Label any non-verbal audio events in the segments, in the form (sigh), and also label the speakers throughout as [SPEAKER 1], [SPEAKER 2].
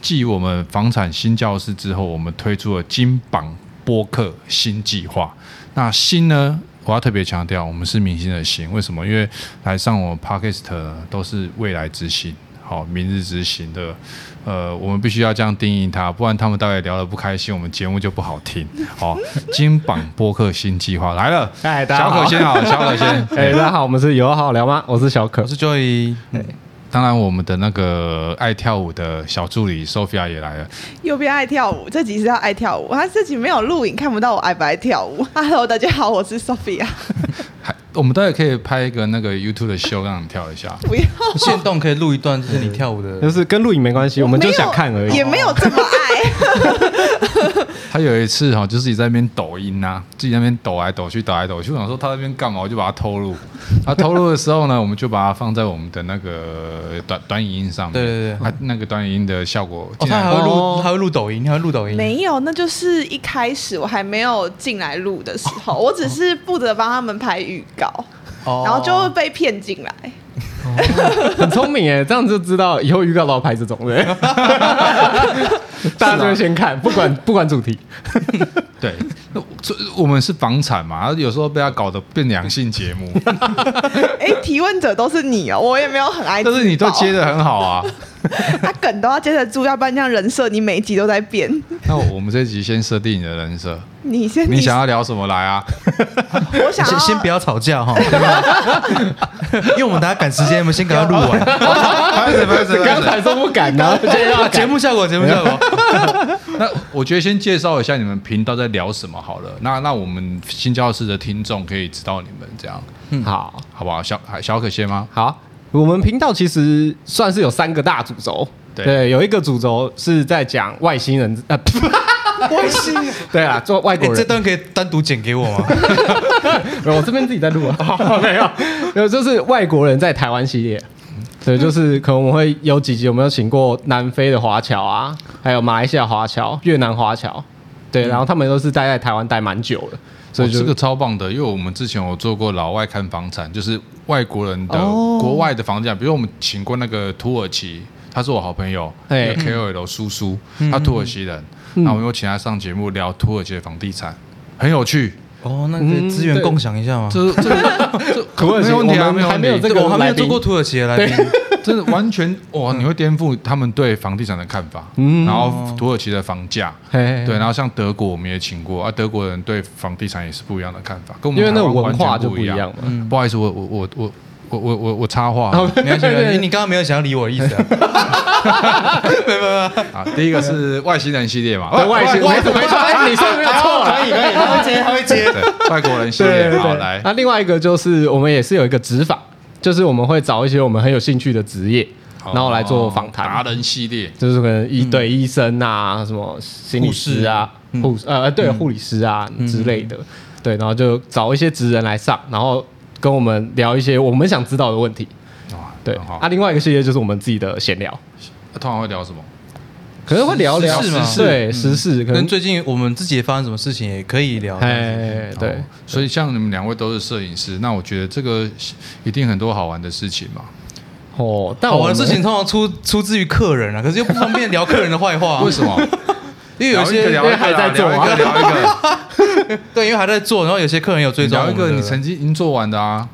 [SPEAKER 1] 继我们房产新教室之后，我们推出了金榜播客新计划。那新呢，我要特别强调，我们是明星的星，为什么？因为来上我们 podcast 呢都是未来之星，好，明日之星的，呃，我们必须要这样定义它，不然他们大概聊得不开心，我们节目就不好听。好，金榜播客新计划来了，
[SPEAKER 2] 嗨哎大家
[SPEAKER 1] 小
[SPEAKER 2] 好
[SPEAKER 1] 可先好，小可先，
[SPEAKER 2] (laughs) 哎、大家好，我们是有好聊吗？我是小可
[SPEAKER 3] 我，是 Joy，
[SPEAKER 1] 嗯当然，我们的那个爱跳舞的小助理 Sophia 也来了。
[SPEAKER 4] 右边爱跳舞，这集是要爱跳舞。他这集没有录影，看不到我爱不爱跳舞。Hello，大 (laughs) 家好，我是 Sophia。
[SPEAKER 1] 还，我们待会可以拍一个那个 YouTube 的秀，让你跳一下。
[SPEAKER 4] 不要，
[SPEAKER 3] (laughs) 现动可以录一段，就是你跳舞 (laughs)
[SPEAKER 2] 就
[SPEAKER 3] 的。
[SPEAKER 2] 是跟录影没关系，我们就想看而
[SPEAKER 4] 也
[SPEAKER 2] 已。
[SPEAKER 4] 没有这么爱。
[SPEAKER 1] 他有一次哈、就是自己在那边抖音啊，自己在那边抖来抖去，抖来抖去。我想说他在那边干嘛，我就把他偷录。 (laughs) 他偷录的时候呢，我们就把它放在我们的那个短短影音上面。
[SPEAKER 3] 对对对
[SPEAKER 1] 他那个短影音的效果
[SPEAKER 3] 哦，
[SPEAKER 1] 竟
[SPEAKER 3] 他
[SPEAKER 1] 然、
[SPEAKER 3] 还会
[SPEAKER 2] 哦
[SPEAKER 3] 录，他会录抖音，他会录抖音。
[SPEAKER 4] 没有，那就是一开始我还没有进来录的时候，我只是负责帮他们拍预告，
[SPEAKER 3] 哦
[SPEAKER 4] 然后就被骗进来。
[SPEAKER 2] 很聪明哎，这样就知道以后预告都要拍这种的，大家就会先看，不管不管主题。
[SPEAKER 1] 对，那我所以我们是房产嘛，有时候被他搞得变两性节
[SPEAKER 3] (laughs)
[SPEAKER 1] 目，
[SPEAKER 4] 哎、提问者都是你哦，我也没有很爱自
[SPEAKER 1] 但
[SPEAKER 4] 爆。
[SPEAKER 1] 是你都接的很好啊。
[SPEAKER 4] (laughs)
[SPEAKER 1] (laughs)
[SPEAKER 4] 他梗都要接得住，要不然这样人设你每一集都在变。
[SPEAKER 1] 那我们这集先设定你的人
[SPEAKER 3] (laughs)
[SPEAKER 1] 设，
[SPEAKER 4] 你先，
[SPEAKER 1] 你想要聊什么来啊？
[SPEAKER 4] 我想要
[SPEAKER 3] 先先不要吵架哈，对吧 (laughs) 因为我们大家赶时间，我们先赶快录 (laughs) 完。
[SPEAKER 1] 拍谁拍谁
[SPEAKER 2] 刚才说不敢呢，然后现在
[SPEAKER 3] (laughs)
[SPEAKER 2] 要
[SPEAKER 3] 哦节
[SPEAKER 2] 赶。
[SPEAKER 3] 目效果，节目 (laughs) 效果。
[SPEAKER 1] 那我觉得先介绍一下你们频道在聊什么好了。那那我们新教室的听众可以知道你们这样，
[SPEAKER 2] 嗯好
[SPEAKER 1] 好不好？小还小可先吗？
[SPEAKER 2] 好，我们频道其实算是有三个大主轴。
[SPEAKER 1] 对
[SPEAKER 2] 对，有一个主轴是在讲外星人，呃， (laughs)
[SPEAKER 3] 外星人，
[SPEAKER 2] 对啊，做外国
[SPEAKER 3] 哎
[SPEAKER 2] 人。
[SPEAKER 3] 这段可以单独剪给我 (laughs) 吗？
[SPEAKER 2] 没有，我这边自己在录啊，没有， (laughs) 没有，就是外国人在台湾系列，对，就是可能我们会有几集，我们有请过南非的华侨啊，还有马来西亚华侨、越南华侨，对，然后他们都是待在台湾待蛮久了，所以
[SPEAKER 1] 哦
[SPEAKER 2] 就、
[SPEAKER 1] 这个超棒的，因为我们之前有做过老外看房产，就是外国人的、
[SPEAKER 2] 哦
[SPEAKER 1] 国外的房价，比如我们请过那个土耳其，他是我好朋友，
[SPEAKER 2] 哎
[SPEAKER 1] 那个 KOL 叔叔，
[SPEAKER 2] 嗯
[SPEAKER 1] 他土耳其人，那、我们有请他上节目聊土耳其的房地产，很有趣。
[SPEAKER 3] 哦，那个资源共享一下吗？
[SPEAKER 1] 这这个这
[SPEAKER 2] 土耳其
[SPEAKER 1] 没问题啊，
[SPEAKER 2] 我们
[SPEAKER 1] 有
[SPEAKER 2] 还没有
[SPEAKER 1] 问题
[SPEAKER 2] 这个
[SPEAKER 3] 嗯我还没有
[SPEAKER 2] 来宾
[SPEAKER 3] 做过土耳其的来宾，
[SPEAKER 1] (laughs) 真的完全哇！你会颠覆他们对房地产的看法，然后土耳其的房价，
[SPEAKER 2] 嗯嘿嘿嘿
[SPEAKER 1] 对，然后像德国我们也请过啊，德国人对房地产也是不一样的看法，跟我们
[SPEAKER 2] 因为那
[SPEAKER 1] 台
[SPEAKER 2] 种
[SPEAKER 1] 湾
[SPEAKER 2] 文化
[SPEAKER 1] 完全
[SPEAKER 2] 就
[SPEAKER 1] 不
[SPEAKER 2] 不一样
[SPEAKER 1] 样。
[SPEAKER 2] 嘛。
[SPEAKER 1] 不好意思，我我我我我我我我插话
[SPEAKER 2] 哦
[SPEAKER 3] 没关系，没关系你刚刚没有想要理我的意思啊？
[SPEAKER 1] 啊，第一个是外星人系列嘛，
[SPEAKER 2] (laughs) 对外星，
[SPEAKER 1] 哦外
[SPEAKER 2] 没错没错，哎，你说的没有错啊，
[SPEAKER 3] 以可以， (laughs) 他会接，他会接。
[SPEAKER 1] 对外国人系
[SPEAKER 2] 对对
[SPEAKER 1] 列，
[SPEAKER 2] 对
[SPEAKER 1] 好
[SPEAKER 2] 对，
[SPEAKER 1] 来，
[SPEAKER 2] 那另外一个就是我们也是有一个职访，就是我们会找一些我们很有兴趣的职业，
[SPEAKER 1] 哦
[SPEAKER 2] 然后来做访谈，
[SPEAKER 1] 达人系列，
[SPEAKER 2] 就是可能医对医生啊，什么心理师啊，
[SPEAKER 3] 嗯
[SPEAKER 2] 护呃对护理师啊之类的，对，然后就找一些职人来上，然后跟我们聊一些我们想知道的问题。
[SPEAKER 1] 哇
[SPEAKER 2] 对，
[SPEAKER 3] 哦
[SPEAKER 1] 很好
[SPEAKER 2] 啊，另外一个系列就是我们自己的闲聊，
[SPEAKER 1] 那通常会聊什么？
[SPEAKER 2] 可能会聊聊
[SPEAKER 3] 时事吗
[SPEAKER 2] 对时事，可
[SPEAKER 3] 嗯跟
[SPEAKER 2] 能
[SPEAKER 3] 最近我们自己也发生什么事情也可以聊。
[SPEAKER 2] 哎对
[SPEAKER 1] 哦，所以像你们两位都是摄影师，那我觉得这个一定很多好玩的事情嘛。
[SPEAKER 2] 哦，但
[SPEAKER 3] 好
[SPEAKER 2] 我
[SPEAKER 3] 玩
[SPEAKER 2] 们
[SPEAKER 3] 的事情通常出出自于客人啊，可是又不方便聊客人的坏话
[SPEAKER 1] (laughs)
[SPEAKER 3] 啊、
[SPEAKER 1] 为什么？
[SPEAKER 3] 因为有一些
[SPEAKER 1] 聊一个
[SPEAKER 2] 因为还在做
[SPEAKER 1] 聊一个
[SPEAKER 2] 啊
[SPEAKER 1] 聊一个，
[SPEAKER 3] 对，因为还在做，然后有些客人有追踪
[SPEAKER 1] 聊一
[SPEAKER 3] 我
[SPEAKER 1] 个
[SPEAKER 3] 们
[SPEAKER 1] 你
[SPEAKER 3] 的
[SPEAKER 1] 曾经已经做完的啊。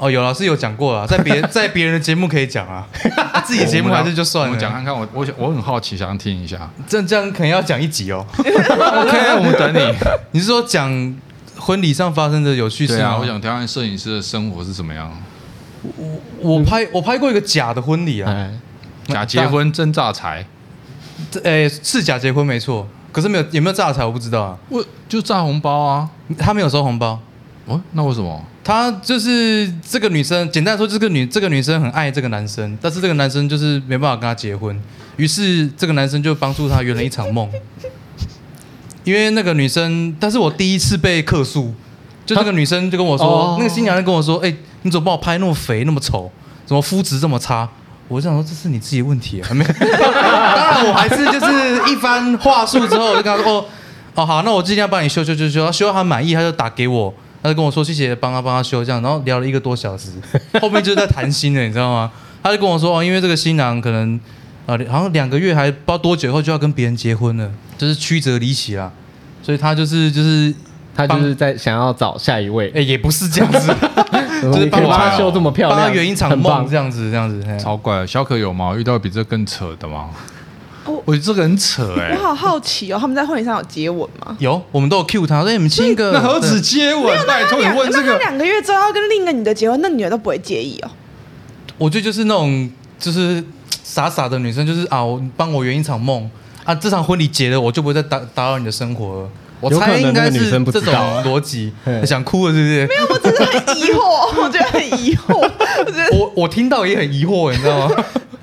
[SPEAKER 3] 哦，有老师有讲过啊，
[SPEAKER 1] (laughs)
[SPEAKER 3] 在别在别人的节目可以讲啊， (laughs) 自己节目还是就算
[SPEAKER 1] 我
[SPEAKER 3] 了。
[SPEAKER 1] 们讲看看，我我想我很好奇，想听一下。
[SPEAKER 3] 这这样可能要讲
[SPEAKER 1] (laughs)
[SPEAKER 3] 一集哦。
[SPEAKER 1] OK，我们等你。
[SPEAKER 3] 你是说讲婚礼上发生的有趣事
[SPEAKER 1] 对
[SPEAKER 3] 吗？
[SPEAKER 1] 啊，我想听看摄影师的生活是怎么样。
[SPEAKER 3] 我拍我拍过一个假的婚礼啊，
[SPEAKER 2] 哎，
[SPEAKER 1] 假结婚真诈财，
[SPEAKER 3] 这哎是假结婚没错，可是没有有没有诈财我不知道啊。
[SPEAKER 1] 我就诈红包啊。
[SPEAKER 3] 他没有收红包，
[SPEAKER 1] 哦，那为什么？
[SPEAKER 3] 她就是这个女生，简单说，这个女这个女生很爱这个男生，但是这个男生就是没办法跟她结婚，于是这个男生就帮助她圆了一场梦。因为那个女生，但是我第一次被客诉，就那个女生就跟我说，
[SPEAKER 2] 哦
[SPEAKER 3] 那个新娘就跟我说，哎、你怎么把我拍那么肥那么丑，怎么肤质这么差？我就想说这是你自己的问题啊，没有。当然我还是就是一番话术之后，我就跟他说，哦哦好，那我尽量帮你修修修修，他修到他满意，他就打给我，他就跟我说谢谢，帮他帮他修这样，然后聊了一 (laughs) 个多小时，后面就是在谈心了，你知道吗？他就跟我说哦，因为这个新郎可能啊，好像两个月还不知道多久以后就要跟别人结婚了，就是曲折离奇啦。所以他就是就是
[SPEAKER 2] 他就是在想要找下一位
[SPEAKER 3] 哎、，也不是这样 (laughs) 子，就是
[SPEAKER 2] 你可
[SPEAKER 3] 帮
[SPEAKER 2] 以
[SPEAKER 3] 我
[SPEAKER 2] 帮
[SPEAKER 1] 拍
[SPEAKER 2] 他
[SPEAKER 1] 哦
[SPEAKER 2] 修这么漂
[SPEAKER 3] 帮
[SPEAKER 2] 亮，
[SPEAKER 3] 他圆一场
[SPEAKER 2] 很棒
[SPEAKER 3] 梦这样子这样子。嘿
[SPEAKER 1] 超怪的，小可有吗？遇到比这更扯的吗？
[SPEAKER 4] 哦
[SPEAKER 1] 我觉得这个很扯哎、
[SPEAKER 4] 我好好奇哦，他们在婚礼上有接吻吗？
[SPEAKER 3] 有，我们都有 Q 他，哎所以你们亲一个
[SPEAKER 1] 那何止接吻？拜托你
[SPEAKER 4] 两
[SPEAKER 1] 问这
[SPEAKER 4] 那他
[SPEAKER 1] 个，
[SPEAKER 4] 两个月之后要跟另一个女的结婚，那女的都不会介意 (laughs) 哦。
[SPEAKER 3] 我觉得就是那种就是傻傻的女生，就是啊，我帮我圆一场梦啊，这场婚礼结了，我就不会再打打扰你的生活了。我
[SPEAKER 2] 有可
[SPEAKER 3] 猜
[SPEAKER 2] 能
[SPEAKER 3] 应该
[SPEAKER 2] 那个女
[SPEAKER 3] 是
[SPEAKER 2] 生不
[SPEAKER 3] 这
[SPEAKER 2] 知
[SPEAKER 3] 种
[SPEAKER 2] 道
[SPEAKER 3] 逻辑
[SPEAKER 2] 嘿，
[SPEAKER 3] 想哭了是不是？
[SPEAKER 4] 因为我只是很疑惑，我觉得很疑惑，我觉
[SPEAKER 3] 我我听到也很疑惑，你知道吗？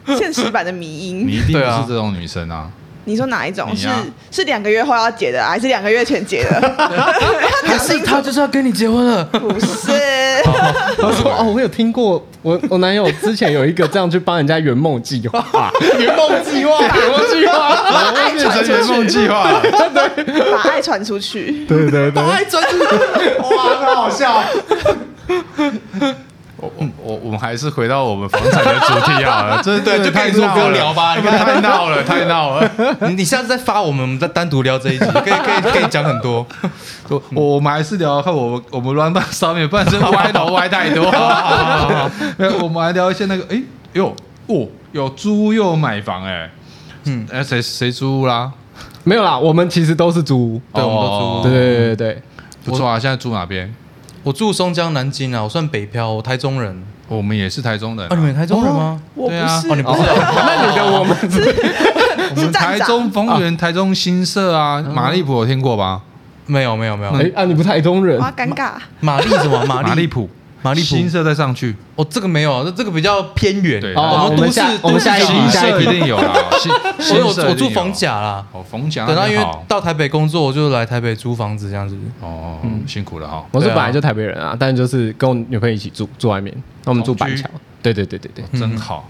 [SPEAKER 4] 得现实版的 (laughs) 迷啊
[SPEAKER 1] 你
[SPEAKER 4] 音。
[SPEAKER 1] 一定不
[SPEAKER 3] 对啊
[SPEAKER 1] 是这种女生啊！
[SPEAKER 4] 你说哪一种
[SPEAKER 1] 你
[SPEAKER 4] 是
[SPEAKER 1] 呀
[SPEAKER 4] 是两个月后要结的，还是两个月前结 (laughs) 的？
[SPEAKER 3] 还是他就是要跟你结婚了？
[SPEAKER 4] 不是，
[SPEAKER 2] 他说：“哦，我有听过，我我男友之前有一个这样去帮人家圆梦计
[SPEAKER 3] (laughs)
[SPEAKER 2] 划，
[SPEAKER 3] 圆梦计划，
[SPEAKER 2] 圆梦计划，
[SPEAKER 4] 把爱
[SPEAKER 1] 变成
[SPEAKER 4] 传
[SPEAKER 1] 圆
[SPEAKER 4] 出
[SPEAKER 1] 梦
[SPEAKER 4] 去，
[SPEAKER 1] 计划了，
[SPEAKER 4] 把爱传出去。
[SPEAKER 2] 对对对，
[SPEAKER 3] 还专注，哇，太好笑了！
[SPEAKER 1] 我我我我们还是回到我们房产的主题好了，这
[SPEAKER 3] 对
[SPEAKER 1] 这
[SPEAKER 3] 就
[SPEAKER 1] 太
[SPEAKER 3] 跟你说
[SPEAKER 1] 闹
[SPEAKER 3] 不要
[SPEAKER 1] 了
[SPEAKER 3] 聊吧你看
[SPEAKER 1] 太闹了，太闹 (laughs) 了。
[SPEAKER 3] (laughs) 你你下次再发我们，我们再单独聊这一集，可以可以可以讲很多。
[SPEAKER 1] 我我们还是聊看我们我们 round 上面，不然真的歪头歪太 (laughs) 多。没有，我们来聊一些那个，哎哟哦，有租屋又有买房哎，嗯
[SPEAKER 3] 嗯，
[SPEAKER 1] 哎谁谁租屋啦？哦
[SPEAKER 2] 没有啦，我们其实都是租屋，
[SPEAKER 3] 对我们都租屋
[SPEAKER 2] 对对对对
[SPEAKER 1] 不错啊，现在住哪边？
[SPEAKER 3] 我住松江南京啊，我算北漂，我台中人。
[SPEAKER 1] 我哦们也是台中人
[SPEAKER 3] 啊，你们台中人吗？
[SPEAKER 4] 我不
[SPEAKER 1] 对啊
[SPEAKER 4] 是，
[SPEAKER 3] 哦，你不是啊？那你的我们
[SPEAKER 1] 我们
[SPEAKER 4] 是站长
[SPEAKER 1] 台中丰原、台中新社啊，马利普有听过吧？
[SPEAKER 3] 没有没有没有
[SPEAKER 2] 对，，哎啊，你不是台中人
[SPEAKER 4] 我，要尴尬。
[SPEAKER 3] 玛丽什么？玛
[SPEAKER 1] 马利
[SPEAKER 3] 丽，
[SPEAKER 1] 普，
[SPEAKER 3] 马利普
[SPEAKER 1] 新。社再上去，
[SPEAKER 3] 哦，这个没有，这这个比较偏远。
[SPEAKER 1] 对
[SPEAKER 2] 哦
[SPEAKER 3] 我们
[SPEAKER 2] 我
[SPEAKER 3] 都
[SPEAKER 2] 们
[SPEAKER 3] 市
[SPEAKER 2] 下，
[SPEAKER 3] 都
[SPEAKER 2] 我们
[SPEAKER 3] 市
[SPEAKER 2] 下一
[SPEAKER 3] 小
[SPEAKER 2] 集
[SPEAKER 1] 新
[SPEAKER 3] 孩
[SPEAKER 2] 下
[SPEAKER 1] 社
[SPEAKER 2] 一
[SPEAKER 1] 一
[SPEAKER 2] 集
[SPEAKER 1] 定有啦。新
[SPEAKER 3] 我
[SPEAKER 1] 新
[SPEAKER 3] 有
[SPEAKER 1] 社
[SPEAKER 3] 我
[SPEAKER 1] 一定
[SPEAKER 3] 住
[SPEAKER 1] 有
[SPEAKER 3] 逢甲啦，
[SPEAKER 1] 哦，逢甲
[SPEAKER 3] 等到
[SPEAKER 1] 那
[SPEAKER 3] 因
[SPEAKER 1] 很
[SPEAKER 3] 为
[SPEAKER 1] 好
[SPEAKER 3] 到台北工作，我就来台北租房子这
[SPEAKER 1] (laughs)
[SPEAKER 3] 样子。
[SPEAKER 1] 哦，辛苦了哈。
[SPEAKER 2] 我是
[SPEAKER 3] 对啊
[SPEAKER 2] 本来就台北人啊，但就是跟我女朋友一起住住外面，那我们住
[SPEAKER 1] 同
[SPEAKER 2] 板
[SPEAKER 1] 居
[SPEAKER 2] 桥，对对对对对，
[SPEAKER 1] 真好，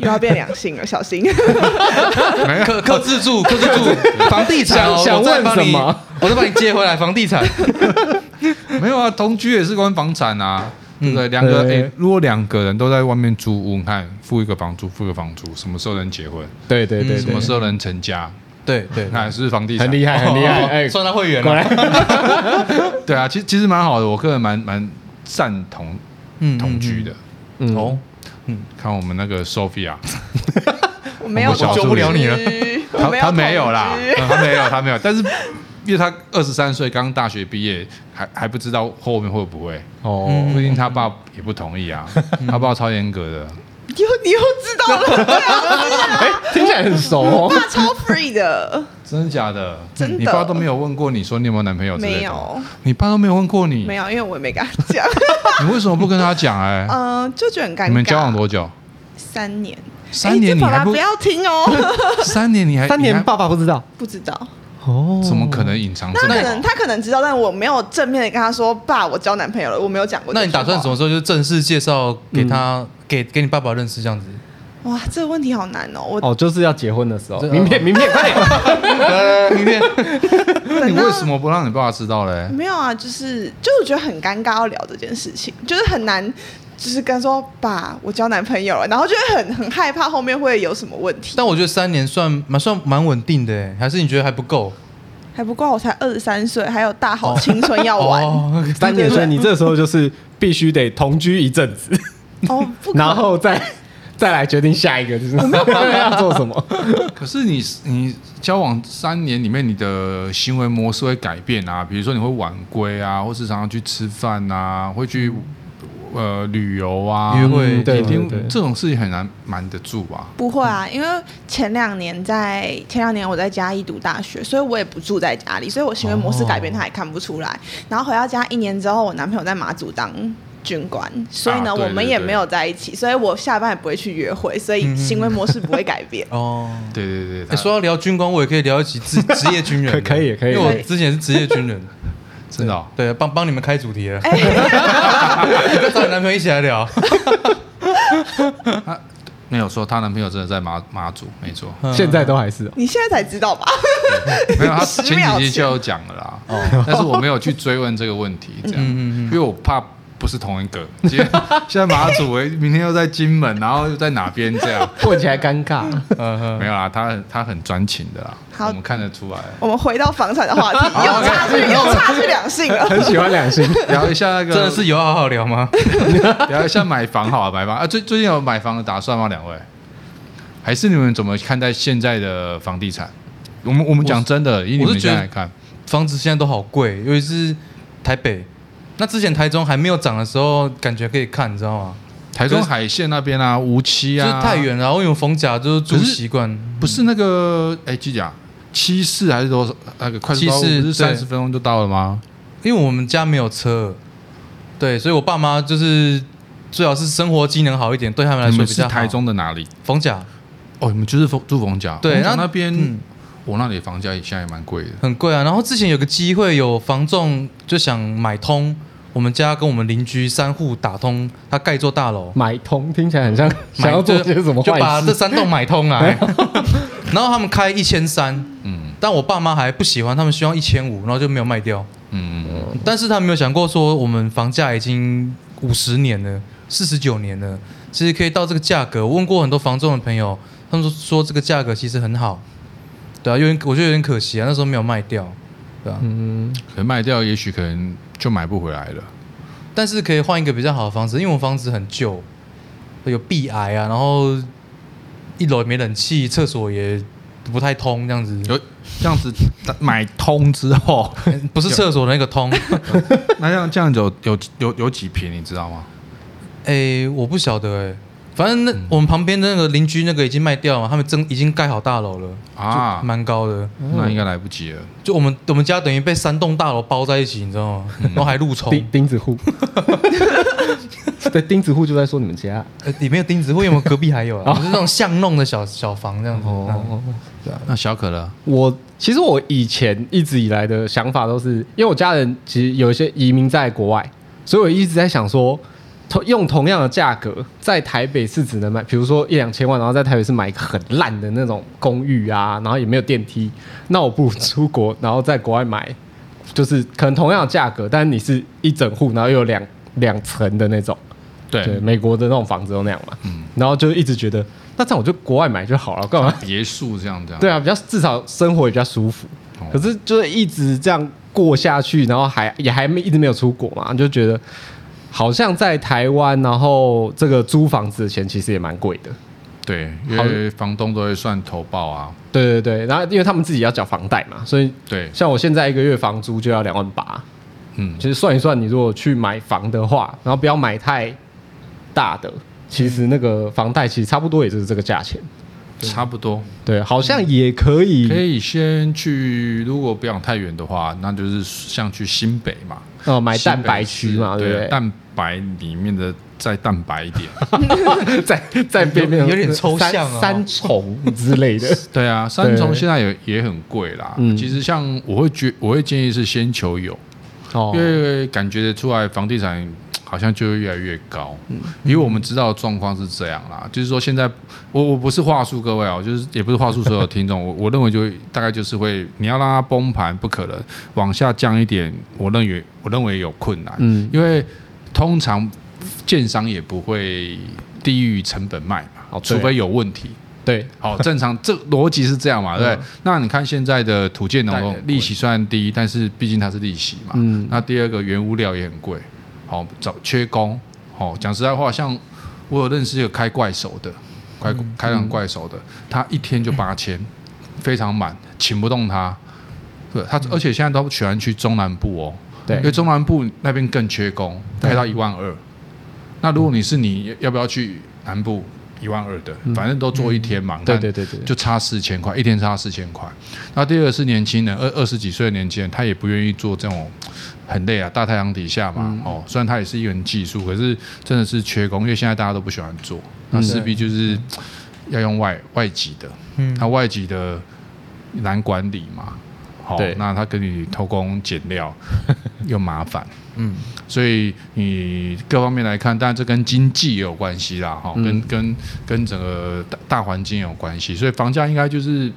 [SPEAKER 4] 又要变良性了，
[SPEAKER 1] (laughs)
[SPEAKER 4] 小心！
[SPEAKER 1] 没有
[SPEAKER 3] 克克制住，克制住，房地产哦，
[SPEAKER 2] 想想
[SPEAKER 3] 我再
[SPEAKER 2] 问
[SPEAKER 3] 帮
[SPEAKER 2] 什
[SPEAKER 3] 你
[SPEAKER 2] 么，
[SPEAKER 3] 我再把你接回来，房地
[SPEAKER 1] (laughs)
[SPEAKER 3] 产。(laughs)
[SPEAKER 1] 没有啊，同居也是关房产啊，对不对？两个
[SPEAKER 2] 对
[SPEAKER 1] 诶，如果两个人都在外面租屋，你看付一个房租，付一个房租，什么时候能结婚？
[SPEAKER 2] 对对对
[SPEAKER 3] 嗯
[SPEAKER 1] 什
[SPEAKER 2] 对
[SPEAKER 1] 么，时候能成家？
[SPEAKER 3] 对对
[SPEAKER 1] 你，看是不是房地产
[SPEAKER 2] 很厉害很厉害，哎，
[SPEAKER 3] 哦算他会员啊
[SPEAKER 2] 果
[SPEAKER 3] 了。
[SPEAKER 2] 然
[SPEAKER 1] 对啊，其实其实蛮好的，我个人蛮蛮赞同
[SPEAKER 3] 嗯嗯
[SPEAKER 1] 同居的。
[SPEAKER 2] 嗯
[SPEAKER 3] 哦，
[SPEAKER 1] 看我们那个 Sophia，
[SPEAKER 4] 我没有
[SPEAKER 1] 我小
[SPEAKER 4] 同
[SPEAKER 1] 助理
[SPEAKER 4] 居
[SPEAKER 3] 了，
[SPEAKER 1] 她
[SPEAKER 4] 我
[SPEAKER 1] 她没有
[SPEAKER 4] 同 (laughs)
[SPEAKER 1] 啦
[SPEAKER 4] 居，
[SPEAKER 1] 她没有，她没有，但是因为她二十三岁刚大学毕业，还还不知道后面会不会，
[SPEAKER 2] 哦，
[SPEAKER 1] 毕竟她爸也不同意啊， (laughs) 她爸超严格的。
[SPEAKER 4] 又你又知道
[SPEAKER 1] (laughs)
[SPEAKER 4] 了，对啊，
[SPEAKER 2] 哎，听起来很熟哦，
[SPEAKER 4] 爸超 free 的，
[SPEAKER 1] 真的假的？
[SPEAKER 4] 真的
[SPEAKER 1] 你爸都没有问过你说你有没有男朋友之类的？
[SPEAKER 4] 没有，
[SPEAKER 1] 你爸都没有问过你，
[SPEAKER 4] 没。有，因为我也没跟他讲， (laughs)
[SPEAKER 1] 你为什么不跟他讲、哎，
[SPEAKER 4] 嗯，就觉得很尴
[SPEAKER 1] (laughs)
[SPEAKER 4] 尬。
[SPEAKER 1] 你们交往多久？
[SPEAKER 4] 三年？
[SPEAKER 1] 三年
[SPEAKER 4] 哎
[SPEAKER 1] 你
[SPEAKER 4] 这爸
[SPEAKER 1] 还
[SPEAKER 4] 爸
[SPEAKER 1] 不
[SPEAKER 4] 不要听哦，
[SPEAKER 1] 三年你还
[SPEAKER 2] 三
[SPEAKER 1] 哎你还
[SPEAKER 2] 年爸爸不知道
[SPEAKER 4] 不知道，
[SPEAKER 2] 哦，
[SPEAKER 1] 怎么可能隐藏这
[SPEAKER 4] 他
[SPEAKER 1] 么
[SPEAKER 4] 可
[SPEAKER 1] 好
[SPEAKER 4] 能？他可能知道，但我没有正面的跟他说，爸，我交男朋友了，我没有讲过。
[SPEAKER 3] 那你打算什么？时候就正式介绍给他，
[SPEAKER 2] 嗯
[SPEAKER 3] 给给你爸爸认识这样子？ (laughs)
[SPEAKER 4] 哇，这个问题好难哦，我
[SPEAKER 2] 哦，就是要结婚的时候，
[SPEAKER 3] 这
[SPEAKER 2] 名片名片快点，
[SPEAKER 3] 呃，明天
[SPEAKER 1] 那你为什么不让你爸爸知道嘞、
[SPEAKER 4] 没有啊，就是就我觉得很尴尬要聊这件事情，就是很难，就是跟他说爸，我交男朋友了，然后就会很很害怕后面会有什么问题。
[SPEAKER 3] 但我觉得三年算蛮算蛮稳定的欸，还是你觉得还不够？
[SPEAKER 4] 还不够，我才二十三岁，还有大好青春要玩哦，
[SPEAKER 3] 哦，
[SPEAKER 2] (laughs) 三年，所以你这时候就是必须得同居一阵子，
[SPEAKER 4] 哦不
[SPEAKER 2] (laughs)
[SPEAKER 4] 可
[SPEAKER 2] 然后再再来决定下一个就是 (laughs) 要做什么。
[SPEAKER 1] 可是你你交往三年里面，你的行为模式会改变啊，比如说你会晚归啊，或是常常去吃饭啊，会去呃旅游啊，
[SPEAKER 3] 约会。
[SPEAKER 2] 嗯对
[SPEAKER 1] 一定
[SPEAKER 2] 对对
[SPEAKER 1] 这种事情很难瞒得住吧？
[SPEAKER 4] 不会啊，因为前两年在前两年我在嘉义读大学，所以我也不住在家里，所以我行为模式改变他也看不出来。然后回到家一年之后，我男朋友在马祖当军官，所以呢、
[SPEAKER 1] 啊对
[SPEAKER 4] 我们也没有在一起，所以我下班也不会去约会，所以行为模式不会改变
[SPEAKER 1] (laughs)
[SPEAKER 3] 哦。
[SPEAKER 1] 对对对
[SPEAKER 3] 欸
[SPEAKER 1] 他
[SPEAKER 3] 说到聊军官，我也可以聊一起职 (laughs) 职业军
[SPEAKER 1] (laughs)
[SPEAKER 3] 人的，
[SPEAKER 2] 可可以可以
[SPEAKER 3] 因为我之前是职业军人，
[SPEAKER 1] 真的哦、
[SPEAKER 3] 对，帮帮你们开主题了， (laughs)
[SPEAKER 4] 哎、
[SPEAKER 3] 跟找你男朋友一起来聊，
[SPEAKER 1] 她没有说她男朋友真的在马马祖，没
[SPEAKER 4] (laughs)
[SPEAKER 1] 错，
[SPEAKER 3] 嗯
[SPEAKER 2] 现在都还是哦
[SPEAKER 4] 你现在才知
[SPEAKER 1] (laughs)
[SPEAKER 4] 道吧？
[SPEAKER 1] 没有她前
[SPEAKER 4] 十
[SPEAKER 1] 几
[SPEAKER 4] 秒
[SPEAKER 1] 集
[SPEAKER 4] 前
[SPEAKER 1] 就
[SPEAKER 4] 哦嗯
[SPEAKER 1] 有讲了啦，但是我没有去追问这个问题，这样，因为我怕不是同一个。今天现在马祖为，明天又在金门，然后又在哪边这样？
[SPEAKER 2] 混起来尴
[SPEAKER 3] (laughs)
[SPEAKER 2] 尬。
[SPEAKER 3] 嗯
[SPEAKER 1] 没有啦，他他很专情的啦，
[SPEAKER 4] 好
[SPEAKER 1] 我们看得出来。
[SPEAKER 4] 我们回到房产的话
[SPEAKER 1] 哦
[SPEAKER 4] 题，又差去又差去两性
[SPEAKER 1] (laughs)
[SPEAKER 4] 了。
[SPEAKER 2] 很喜欢两性，
[SPEAKER 1] 聊一下那个，
[SPEAKER 3] 真的是有啊好好聊吗？
[SPEAKER 1] 聊一下买房好啊，买房啊，最最近有买房的打算吗？两位？还是你们怎么看待现在的房地产？我们我们讲真的，以你
[SPEAKER 3] 我
[SPEAKER 1] 们
[SPEAKER 3] 是
[SPEAKER 1] 现
[SPEAKER 3] 觉得
[SPEAKER 1] 在来看，
[SPEAKER 3] 房子现在都好贵，尤其是台北。那之前台中还没有涨的时候，感觉可以看，你知道吗？
[SPEAKER 1] 台中海线那边啊，无期
[SPEAKER 3] 就是
[SPEAKER 1] 啊，
[SPEAKER 3] 太远了，然后因为逢甲就是住
[SPEAKER 1] 可是
[SPEAKER 3] 习惯，
[SPEAKER 1] 不是那个哎，记甲七四还是多少？那个快速道路
[SPEAKER 3] 七四
[SPEAKER 1] 不是
[SPEAKER 3] 对
[SPEAKER 1] 三十分钟就到了吗？
[SPEAKER 3] 因为我们家没有车，对，所以我爸妈就是最好是生活机能好一点，对他们来
[SPEAKER 1] 你
[SPEAKER 3] 说
[SPEAKER 1] 们
[SPEAKER 3] 比
[SPEAKER 1] 是
[SPEAKER 3] 较好。
[SPEAKER 1] 台中的哪里？
[SPEAKER 3] 逢甲，
[SPEAKER 1] 哦，你们就是逢住逢甲，
[SPEAKER 3] 对，
[SPEAKER 1] 逢甲那
[SPEAKER 3] 嗯
[SPEAKER 1] 边我那里的房价也现在也蛮贵的。
[SPEAKER 3] 很贵啊。然后之前有个机会，有房仲就想买通我们家跟我们邻居三户打通，他盖一座大楼，
[SPEAKER 2] 买通听起来很像
[SPEAKER 3] 买
[SPEAKER 2] 想要做些什么
[SPEAKER 3] 就就
[SPEAKER 2] 坏
[SPEAKER 3] 把这
[SPEAKER 2] 事。
[SPEAKER 3] 三栋买通啊。 (laughs) 然后他们开一千三，
[SPEAKER 1] 嗯
[SPEAKER 3] 但我爸妈还不喜欢，他们希望一千五，然后就没有卖掉。
[SPEAKER 1] 嗯嗯，
[SPEAKER 2] 哦
[SPEAKER 1] 嗯
[SPEAKER 3] 但是他没有想过说，我们房价已经五十年了，四十九年了，其实可以到这个价格。我问过很多房仲的朋友，他们说说这个价格其实很好，对啊，有点我觉得有点可惜啊，那时候没有卖掉，对啊，
[SPEAKER 2] 嗯，
[SPEAKER 1] 可能卖掉，也许可能就买不回来了。
[SPEAKER 3] 但是可以换一个比较好的房子，因为我们房子很旧，有壁癌啊，然后一楼也没冷气，厕所也不太通，这样子，
[SPEAKER 2] 嗯
[SPEAKER 1] 有这样子买通之
[SPEAKER 2] (laughs)
[SPEAKER 1] 后，
[SPEAKER 3] (laughs) 不是厕所的那个通， (laughs)
[SPEAKER 1] 那这样这样子有有有有几平，你知道吗？
[SPEAKER 3] 诶，哎我不晓得诶，反正那、我们旁边的那个邻居那个已经卖掉了，他们正已经盖好大楼了
[SPEAKER 1] 啊
[SPEAKER 3] 就蛮高的。
[SPEAKER 1] 那应该来不及了。
[SPEAKER 3] 就我们我们家等于被三栋大楼包在一起，你知道吗？
[SPEAKER 1] 嗯
[SPEAKER 3] 然后还路冲，
[SPEAKER 2] 钉钉子
[SPEAKER 3] (laughs)
[SPEAKER 2] 户，对，钉子户就在说你们家
[SPEAKER 3] 呃里面有钉子户，因为我们隔壁
[SPEAKER 1] (laughs)
[SPEAKER 3] 还有啊，就是那种巷弄的小小房这样子。哦，
[SPEAKER 1] 那小可乐，
[SPEAKER 2] 我其实我以前一直以来的想法都是，因为我家人其实有一些移民在国外，所以我一直在想说，同用同样的价格在台北市只能买，比如说一两千万，然后在台北市买一个很烂的那种公寓啊，然后也没有电梯，那我不如出国，然后在国外买，就是可能同样的价格，但是你是一整户，然后又有两两层的那种。对，
[SPEAKER 1] 对，
[SPEAKER 2] 美国的那种房子都那样嘛，
[SPEAKER 1] 嗯
[SPEAKER 2] 然后就一直觉得，那这样我就国外买就好了，干嘛？
[SPEAKER 1] 别墅这样这样。
[SPEAKER 2] 对啊，比较至少生活也比较舒服。
[SPEAKER 1] 哦
[SPEAKER 2] 可是就是一直这样过下去，然后还也还没一直没有出国嘛，就觉得好像在台湾，然后这个租房子的钱其实也蛮贵的。
[SPEAKER 1] 对，因为房东都会算投报啊。
[SPEAKER 2] 对对对，然后因为他们自己要缴房贷嘛，所以
[SPEAKER 1] 对，
[SPEAKER 2] 像我现在一个月房租就要两万八，
[SPEAKER 1] 嗯
[SPEAKER 2] 其，实算一算，你如果去买房的话，然后不要买太大的，其实那个房贷其实差不多也就是这个价钱。
[SPEAKER 1] 差不多。
[SPEAKER 2] 对，好像也可以。
[SPEAKER 1] 可以先去，如果不想太远的话，那就是像去新北嘛，
[SPEAKER 2] 哦，买蛋白区嘛，
[SPEAKER 1] 新北
[SPEAKER 2] 对
[SPEAKER 1] 市
[SPEAKER 2] 不
[SPEAKER 1] 对
[SPEAKER 2] 对？
[SPEAKER 1] 蛋白里面的再蛋白一点。
[SPEAKER 2] (laughs) 在在边边
[SPEAKER 3] 有点抽象哦
[SPEAKER 2] 三三重之类的。
[SPEAKER 1] 对啊，三重
[SPEAKER 2] 对
[SPEAKER 1] 现在也也很贵啦。
[SPEAKER 2] 嗯
[SPEAKER 1] 其实像我会觉，我会建议是先求有。
[SPEAKER 2] 哦
[SPEAKER 1] 因为感觉得出来，房地产好像就会越来越高。
[SPEAKER 2] 嗯
[SPEAKER 1] 因为我们知道的状况是这样啦，就是说现在我我不是话术各位哦，就是也不是话术所有听众， (laughs) 我我认为就会大概就是会，你要让它崩盘不可能，往下降一点，我认为我认为有困难，
[SPEAKER 2] 嗯
[SPEAKER 1] 因为通常建商也不会低于成本卖嘛
[SPEAKER 2] 哦，对
[SPEAKER 1] 除非有问题。
[SPEAKER 2] 对，
[SPEAKER 1] 好，正常，这逻辑是这样嘛，
[SPEAKER 2] 嗯
[SPEAKER 1] 对不对。那你看现在的土建
[SPEAKER 3] 贷
[SPEAKER 1] 农
[SPEAKER 3] 很
[SPEAKER 1] 用
[SPEAKER 3] 贵
[SPEAKER 1] 利息虽然低，但是毕竟它是利息嘛。
[SPEAKER 2] 嗯
[SPEAKER 1] 那第二个原物料也很贵，好找缺工。好，讲实在话，像我有认识有开怪手的，开
[SPEAKER 2] 嗯
[SPEAKER 1] 开档怪手的，他一天就八千，非常满，请不动他。对他，而且现在都喜欢去中南部哦，
[SPEAKER 2] 嗯对
[SPEAKER 1] 因为中南部那边更缺工，开到一万二。那如果你是你要不要去南部一万二的，反正都做一天嘛，
[SPEAKER 2] 嗯对
[SPEAKER 1] 看
[SPEAKER 2] 对对对
[SPEAKER 1] 就差四千块，一天差四千块。那第二个是年轻人，二二十几岁的年轻人，他也不愿意做这种很累啊，大太阳底下嘛，
[SPEAKER 2] 嗯
[SPEAKER 1] 哦，虽然他也是一门技术，可是真的是缺工，因为现在大家都不喜欢做，
[SPEAKER 2] 嗯
[SPEAKER 1] 那势必就是要用外外籍的，
[SPEAKER 3] 嗯
[SPEAKER 1] 那外籍的难管理嘛，好、
[SPEAKER 2] 对
[SPEAKER 1] 那他跟你偷工减
[SPEAKER 3] (laughs)
[SPEAKER 1] 料又麻烦，
[SPEAKER 3] 嗯，
[SPEAKER 1] 所以你各方面来看，当然这跟经济也有关系啦，
[SPEAKER 3] 嗯
[SPEAKER 1] 哈、跟跟跟整个大大环境也
[SPEAKER 3] 嗯
[SPEAKER 1] 有关系，所以房价应该就是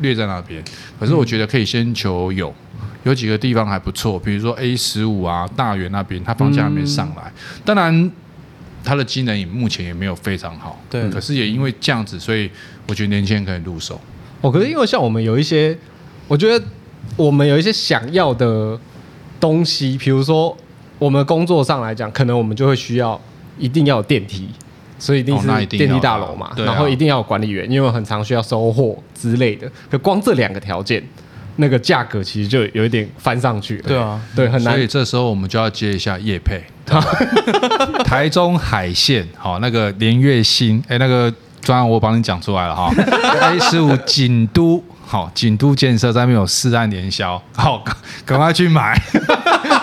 [SPEAKER 1] 略在那边。可是我觉得可以先求有，有几个地方还不错，比如说 A 十五啊、大园那边，它房价还没上来。当然，它的机能也目前也没有非常好，
[SPEAKER 3] 对
[SPEAKER 1] 可是也因为这样子，所以我觉得年轻人可以入手。
[SPEAKER 2] 哦，可是因为像我们有一些，我觉得我们有一些想要的东西，比如说我们工作上来讲，可能我们就会需要一定要有电梯，所以一定
[SPEAKER 1] 哦那一
[SPEAKER 2] 是
[SPEAKER 1] 定要
[SPEAKER 2] 电梯大楼嘛，
[SPEAKER 1] 对啊
[SPEAKER 2] 然后一定要有管理员，因为我很常需要收货之类的。可光这两个条件，那个价格其实就有一点翻上去了。
[SPEAKER 3] 对啊，
[SPEAKER 2] 对，很
[SPEAKER 1] 所
[SPEAKER 2] 难
[SPEAKER 1] 以。这时候我们就要接一下叶配， (laughs) 台中海线，好，那个连月新，哎，那个专案我帮你讲出来了哈，A (laughs) 十五锦都，好，锦都建设在那边有四案联销，好，赶赶快去买，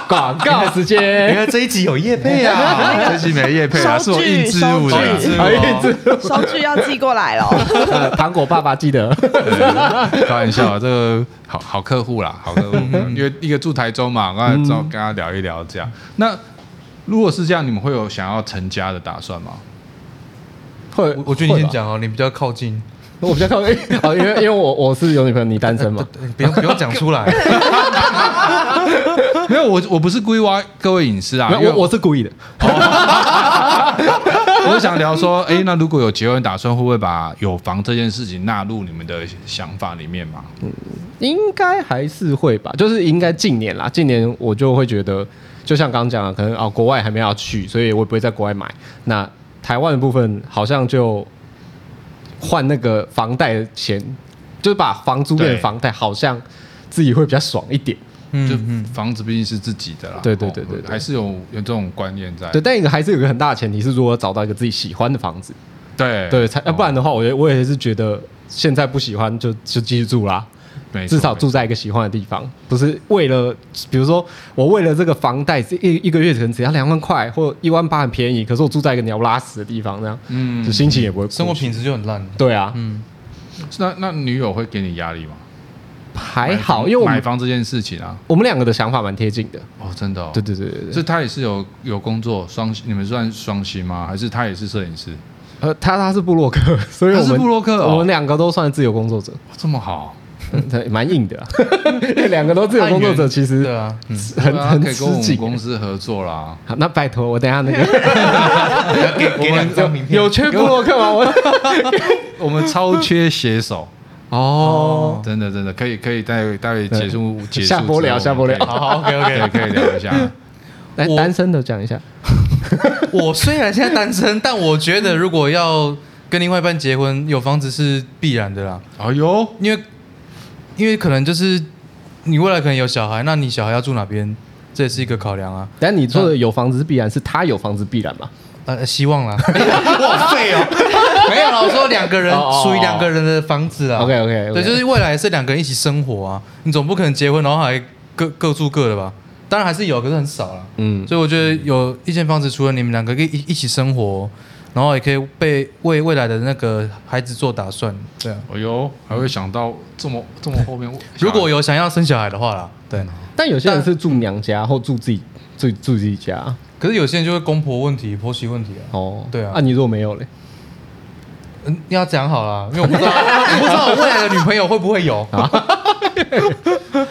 [SPEAKER 2] 广告时
[SPEAKER 3] 原
[SPEAKER 2] 间，
[SPEAKER 3] 来这一集有叶配啊！
[SPEAKER 1] 啊， (laughs) 这期没叶配啊，是
[SPEAKER 4] 收
[SPEAKER 1] 我
[SPEAKER 4] 据
[SPEAKER 1] 硬植入的
[SPEAKER 4] 收据
[SPEAKER 1] 啊，
[SPEAKER 2] 好意思，
[SPEAKER 4] 收据要寄过来了。
[SPEAKER 1] (laughs)
[SPEAKER 2] 呃糖果爸爸记得。
[SPEAKER 1] 对 (laughs) 开玩笑啊，这个好好客户啦，好客户，
[SPEAKER 2] 嗯
[SPEAKER 1] 因为一个住台中嘛，刚才找跟他聊一聊这样，那。如果是这样，你们会有想要成家的打算吗？
[SPEAKER 2] (laughs) (laughs) 会
[SPEAKER 3] (laughs) 我我觉得你
[SPEAKER 2] 会吧 (laughs)
[SPEAKER 3] 先讲哦，你比较靠近，
[SPEAKER 2] 我比较靠 (laughs) 近哦，因为因为我我是有女朋友，你单身嘛？
[SPEAKER 3] 不不用不用讲出 (laughs) 来。
[SPEAKER 1] 没有，我我不是故意挖各位隐私啊，
[SPEAKER 2] 没有
[SPEAKER 1] 因为
[SPEAKER 2] 我我是故意的。
[SPEAKER 1] 我是想聊说，哎、那如果有结婚打算，会不会把有房这件事情纳入你们的想法里面嘛？
[SPEAKER 2] 应该还是会吧，就是应该近年啦，近年我就会觉得，就像刚刚讲的，可能哦国外还没有要去，所以我也不会在国外买。那台湾的部分好像就换那个房贷的钱，就是把房租变
[SPEAKER 1] 对
[SPEAKER 2] 成房贷，好像自己会比较爽一点。
[SPEAKER 1] 就
[SPEAKER 3] 嗯嗯，
[SPEAKER 1] 房子毕竟是自己的啦，
[SPEAKER 2] 对对对
[SPEAKER 1] 哦
[SPEAKER 2] 对对
[SPEAKER 1] 还是有有这种观念在。
[SPEAKER 2] 对，但一个还是有一个很大的前提是，如果找到一个自己喜欢的房子，
[SPEAKER 1] 对
[SPEAKER 2] 对，才、要啊
[SPEAKER 1] 哦
[SPEAKER 2] 不然的话，我也我也是觉得现在不喜欢就就继续住啦。
[SPEAKER 1] 没错
[SPEAKER 2] 至少住在一个喜欢的地方，不是为了，比如说我为了这个房贷，这一一个月可能只要两万块或一万八，很便宜，可是我住在一个鸟拉屎的地方，这样，
[SPEAKER 1] 嗯
[SPEAKER 2] 嗯，就心情也不会
[SPEAKER 3] 生活
[SPEAKER 2] 不
[SPEAKER 3] 品质就很烂。
[SPEAKER 2] 对啊，
[SPEAKER 3] 嗯，
[SPEAKER 1] 那那女友会给你压力吗？
[SPEAKER 2] 还
[SPEAKER 1] 买
[SPEAKER 2] 好，
[SPEAKER 1] 房
[SPEAKER 2] 因为我
[SPEAKER 1] 买
[SPEAKER 2] 们
[SPEAKER 1] 房这件事情啊，
[SPEAKER 2] 我们两个的想法蛮贴近的，
[SPEAKER 1] 哦，真的、哦，
[SPEAKER 2] 对对对对对，
[SPEAKER 1] 是她也是有有工作双，你们算双薪吗？还是她也是摄影师？
[SPEAKER 2] 呃，他他是布洛克， (laughs) 所以我
[SPEAKER 1] 他
[SPEAKER 2] 们
[SPEAKER 1] 是部落客哦
[SPEAKER 2] 我们两个都算自由工作者， (laughs)
[SPEAKER 1] 哦这么好，
[SPEAKER 2] 嗯他蛮硬的啊， (laughs) 两个都自由工作者，其实
[SPEAKER 3] 对啊，嗯，
[SPEAKER 2] 很
[SPEAKER 1] 对啊
[SPEAKER 2] 很
[SPEAKER 1] 可以跟我
[SPEAKER 2] 吃
[SPEAKER 1] 们
[SPEAKER 2] 紧
[SPEAKER 1] 公。司合作啦。
[SPEAKER 2] 好，那拜托我等一下那个
[SPEAKER 3] 给给两张名片，
[SPEAKER 2] 有缺布洛克吗？我
[SPEAKER 1] 我们超缺写手。
[SPEAKER 2] 哦，
[SPEAKER 1] 真的真的可以可以待待会结束结束
[SPEAKER 2] 下播聊
[SPEAKER 1] 之后我们可
[SPEAKER 2] 下播聊
[SPEAKER 1] 以
[SPEAKER 3] (laughs) 好好 OK
[SPEAKER 1] 对
[SPEAKER 3] (laughs) OK。
[SPEAKER 1] 可以聊一下。
[SPEAKER 2] (laughs) 来
[SPEAKER 3] 我
[SPEAKER 2] 单身的讲一下。
[SPEAKER 3] 我虽然现在单身，但我觉得如果要跟另外一半结婚，有房子是必然的啦，
[SPEAKER 1] 哎呦，
[SPEAKER 3] 因为因为可能就是你未来可能有小孩，那你小孩要住哪边，这也是一个考量啊。
[SPEAKER 2] 但你说的有房子是必然，是他有房子必然嘛？
[SPEAKER 3] 呃，希望啦，我好废哦， (laughs) 没有啦，我说两个人
[SPEAKER 2] 哦哦哦
[SPEAKER 3] 属于两个人的房子啊。
[SPEAKER 2] OK，OK，OK
[SPEAKER 3] 对，就是未来是两个人一起生活啊，你总不可能结婚然后还各各住各的吧？当然还是有，可是很少啦。
[SPEAKER 2] 嗯，
[SPEAKER 3] 所以我觉得有一间房子，除了你们两个可以一一起生活，然后也可以被为未来的那个孩子做打算。对啊，
[SPEAKER 1] 哎呦，还会想到这么这么后
[SPEAKER 2] (laughs)
[SPEAKER 1] 面。
[SPEAKER 3] 如果有想要生小孩的话啦，对。
[SPEAKER 2] 但有些人是住娘家或住自己住住自己家
[SPEAKER 3] 可是有些人就会公婆问题、婆媳问题啊。
[SPEAKER 2] 哦。
[SPEAKER 3] 对啊
[SPEAKER 2] 啊，你如果没有嘞，
[SPEAKER 3] 嗯，要讲好啦，因为我不知道， (laughs) 我不知道我未来的女朋友会不会有。
[SPEAKER 2] 啊